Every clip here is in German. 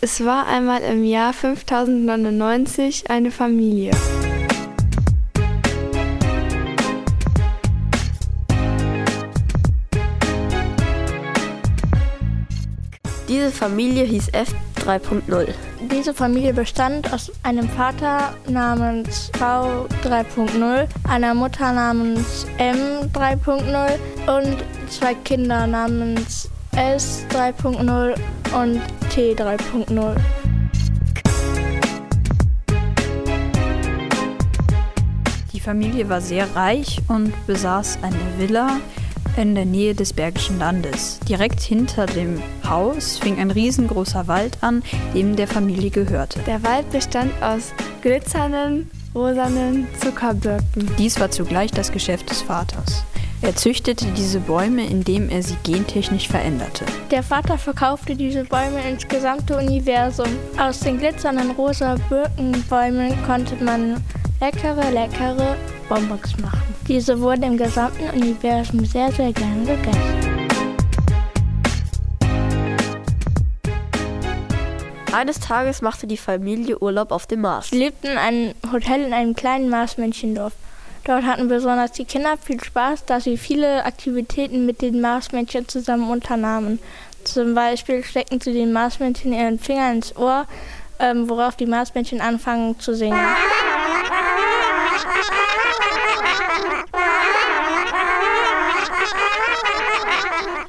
Es war einmal im Jahr 5099 eine Familie. Diese Familie hieß F 3.0. Diese Familie bestand aus einem Vater namens V 3.0, einer Mutter namens M 3.0 und zwei Kinder namens S 3.0 und T 3.0. Die Familie war sehr reich und besaß eine Villa in der Nähe des Bergischen Landes. Direkt hinter dem Haus fing ein riesengroßer Wald an, dem der Familie gehörte. Der Wald bestand aus glitzernden, rosanen Zuckerbirken. Dies war zugleich das Geschäft des Vaters. Er züchtete diese Bäume, indem er sie gentechnisch veränderte. Der Vater verkaufte diese Bäume ins gesamte Universum. Aus den glitzernden rosa Birkenbäumen konnte man leckere, leckere Bonbons machen. Diese wurden im gesamten Universum sehr, sehr gern gegessen. Eines Tages machte die Familie Urlaub auf dem Mars. Sie lebten in einem Hotel in einem kleinen Marsmännchendorf. Dort hatten besonders die Kinder viel Spaß, da sie viele Aktivitäten mit den Marsmännchen zusammen unternahmen. Zum Beispiel steckten sie den Marsmännchen ihren Finger ins Ohr, ähm, worauf die Marsmännchen anfangen zu singen.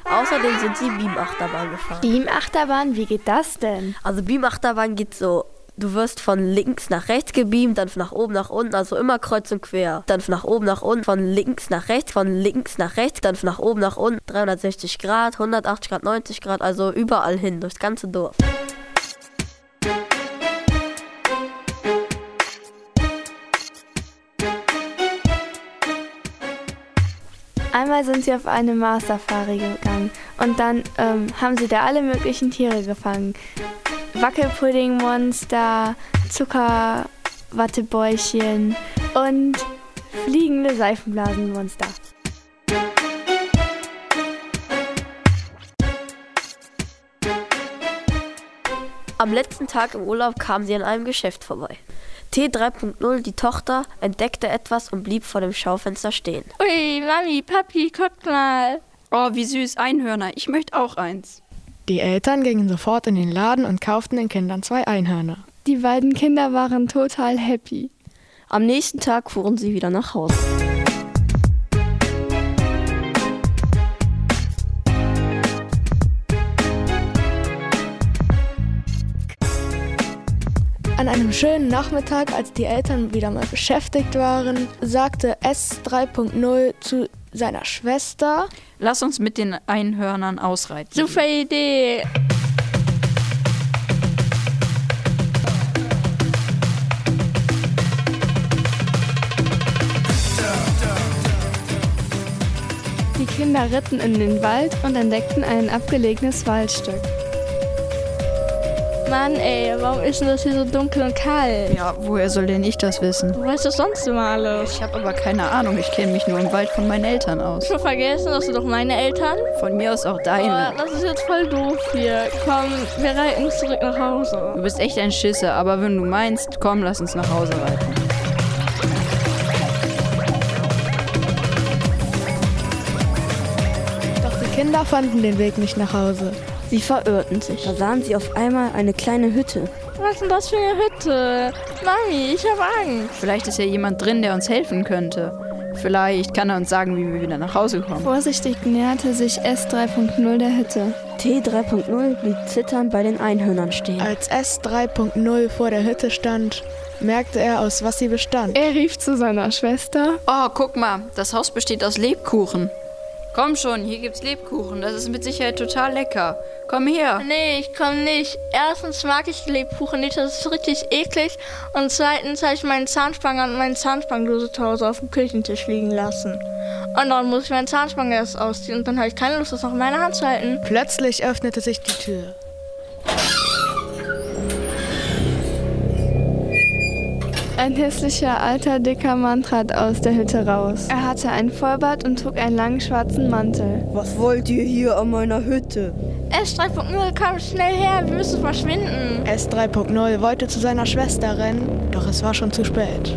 Außerdem sind sie Beam-Achterbahn gefahren. Beam-Achterbahn, wie geht das denn? Also Beam-Achterbahn geht so Du wirst von links nach rechts gebeamt, dann von nach oben nach unten, also immer kreuz und quer. Dann von nach oben nach unten, von links nach rechts, von links nach rechts, dann von nach oben nach unten. 360 Grad, 180 Grad, 90 Grad, also überall hin, durchs ganze Dorf. Einmal sind sie auf eine Mars-Safari gegangen und dann ähm, haben sie da alle möglichen Tiere gefangen. Wackelpuddingmonster, Zuckerwattebäuchchen und fliegende Seifenblasenmonster. Am letzten Tag im Urlaub kamen sie an einem Geschäft vorbei. T3.0, die Tochter, entdeckte etwas und blieb vor dem Schaufenster stehen. Ui, Mami, Papi, guck mal. Oh, wie süß, Einhörner. Ich möchte auch eins. Die Eltern gingen sofort in den Laden und kauften den Kindern zwei Einhörner. Die beiden Kinder waren total happy. Am nächsten Tag fuhren sie wieder nach Hause. An einem schönen Nachmittag, als die Eltern wieder mal beschäftigt waren, sagte S3.0 zu seiner Schwester. Lass uns mit den Einhörnern ausreiten. Super Idee! Die Kinder ritten in den Wald und entdeckten ein abgelegenes Waldstück. Mann, ey, warum ist denn das hier so dunkel und kalt? Ja, woher soll denn ich das wissen? Du weißt das sonst immer alles. Ich habe aber keine Ahnung. Ich kenne mich nur im Wald von meinen Eltern aus. Schon vergessen, das sind doch meine Eltern. Von mir aus auch deine. Oh, das ist jetzt voll doof hier. Komm, wir reiten zurück nach Hause. Du bist echt ein Schisser, aber wenn du meinst, komm, lass uns nach Hause reiten. Doch die Kinder fanden den Weg nicht nach Hause. Sie verirrten sich. Da sahen sie auf einmal eine kleine Hütte. Was ist denn das für eine Hütte? Mami, ich habe Angst. Vielleicht ist ja jemand drin, der uns helfen könnte. Vielleicht kann er uns sagen, wie wir wieder nach Hause kommen. Vorsichtig näherte sich S3.0 der Hütte. T3.0 blieb zitternd bei den Einhörnern stehen. Als S3.0 vor der Hütte stand, merkte er, aus was sie bestand. Er rief zu seiner Schwester. Oh, guck mal, das Haus besteht aus Lebkuchen. Komm schon, hier gibt's Lebkuchen. Das ist mit Sicherheit total lecker. Komm her. Nee, ich komm nicht. Erstens mag ich Lebkuchen nicht, das ist richtig eklig. Und zweitens habe ich meinen Zahnspanger und meine Zahnspangendose zu Hause auf dem Küchentisch liegen lassen. Und dann muss ich meinen Zahnspanger erst ausziehen und dann habe ich keine Lust, das noch in meiner Hand zu halten. Plötzlich öffnete sich die Tür. Ein hässlicher alter dicker Mann trat aus der Hütte raus. Er hatte einen Vollbart und trug einen langen schwarzen Mantel. Was wollt ihr hier an meiner Hütte? S3.0, komm schnell her, wir müssen verschwinden. S3.0 wollte zu seiner Schwester rennen, doch es war schon zu spät.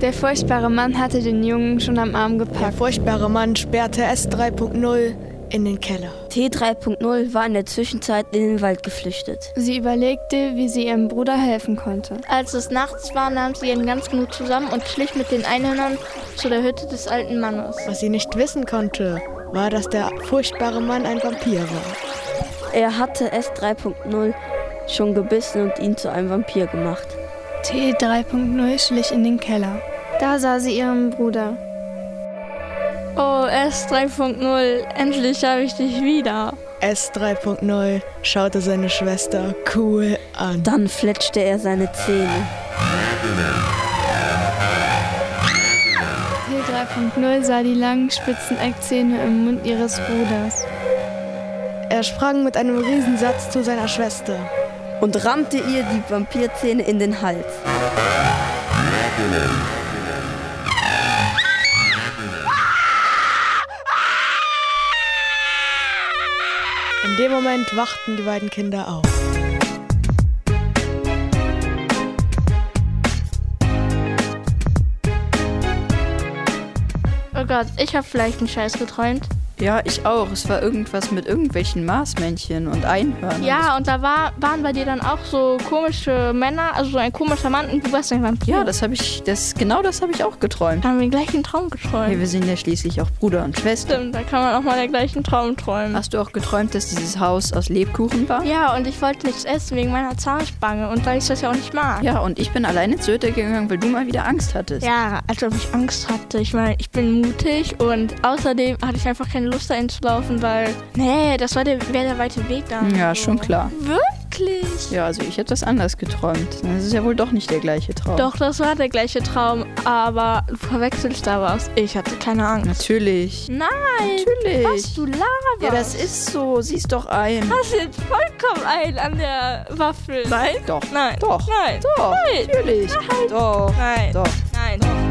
Der furchtbare Mann hatte den Jungen schon am Arm Der gepackt. furchtbare Mann sperrte S3.0 in den Keller. T3.0 war in der Zwischenzeit in den Wald geflüchtet. Sie überlegte, wie sie ihrem Bruder helfen konnte. Als es nachts war, nahm sie ihren ganzen Mut zusammen und schlich mit den Einhörnern zu der Hütte des alten Mannes. Was sie nicht wissen konnte, war, dass der furchtbare Mann ein Vampir war. Er hatte S3.0 schon gebissen und ihn zu einem Vampir gemacht. T3.0 schlich in den Keller. Da sah sie ihren Bruder. Oh, S3.0, endlich habe ich dich wieder. S3.0 schaute seine Schwester cool an. Dann fletschte er seine Zähne. T3.0 sah die langen spitzen Eckzähne im Mund ihres Bruders. Er sprang mit einem Riesensatz zu seiner Schwester. und rammte ihr die Vampirzähne in den Hals. In dem Moment wachten die beiden Kinder auf. Oh Gott, ich habe vielleicht einen Scheiß geträumt. Ja, ich auch. Es war irgendwas mit irgendwelchen Marsmännchen und Einhörnern. Ja, und da war, waren bei dir dann auch so komische Männer, also so ein komischer Mann und du warst ein Vampir. Ja, das habe ich, das genau das habe ich auch geträumt. haben wir den gleichen Traum Hey, geträumt. wir sind ja schließlich auch Bruder und Schwester. Stimmt, da kann man auch mal den gleichen Traum träumen. Hast du auch geträumt, dass dieses Haus aus Lebkuchen war? Ja, und ich wollte nichts essen wegen meiner Zahnspange und da ich das ja auch nicht mag. Ja, und ich bin alleine zu Hütte gegangen, weil du mal wieder Angst hattest. Ja, als ob ich Angst hatte. Ich meine, ich bin mutig und außerdem hatte ich einfach keine Lust dahin zu laufen, weil, nee, das war der, wäre der weite Weg da. Ja, schon klar. Wirklich? Ja, also ich habe das anders geträumt. Das ist ja wohl doch nicht der gleiche Traum. Doch, das war der gleiche Traum, aber du verwechselst da was. Ich hatte keine Angst. Natürlich. Nein! Natürlich. Was du laberst. Ja, das ist so. Sieh's doch ein. Das jetzt vollkommen ein an der Waffel. Nein. Doch. Nein. Doch. Nein. Doch. Nein. Natürlich. Doch. Nein. Doch. Nein.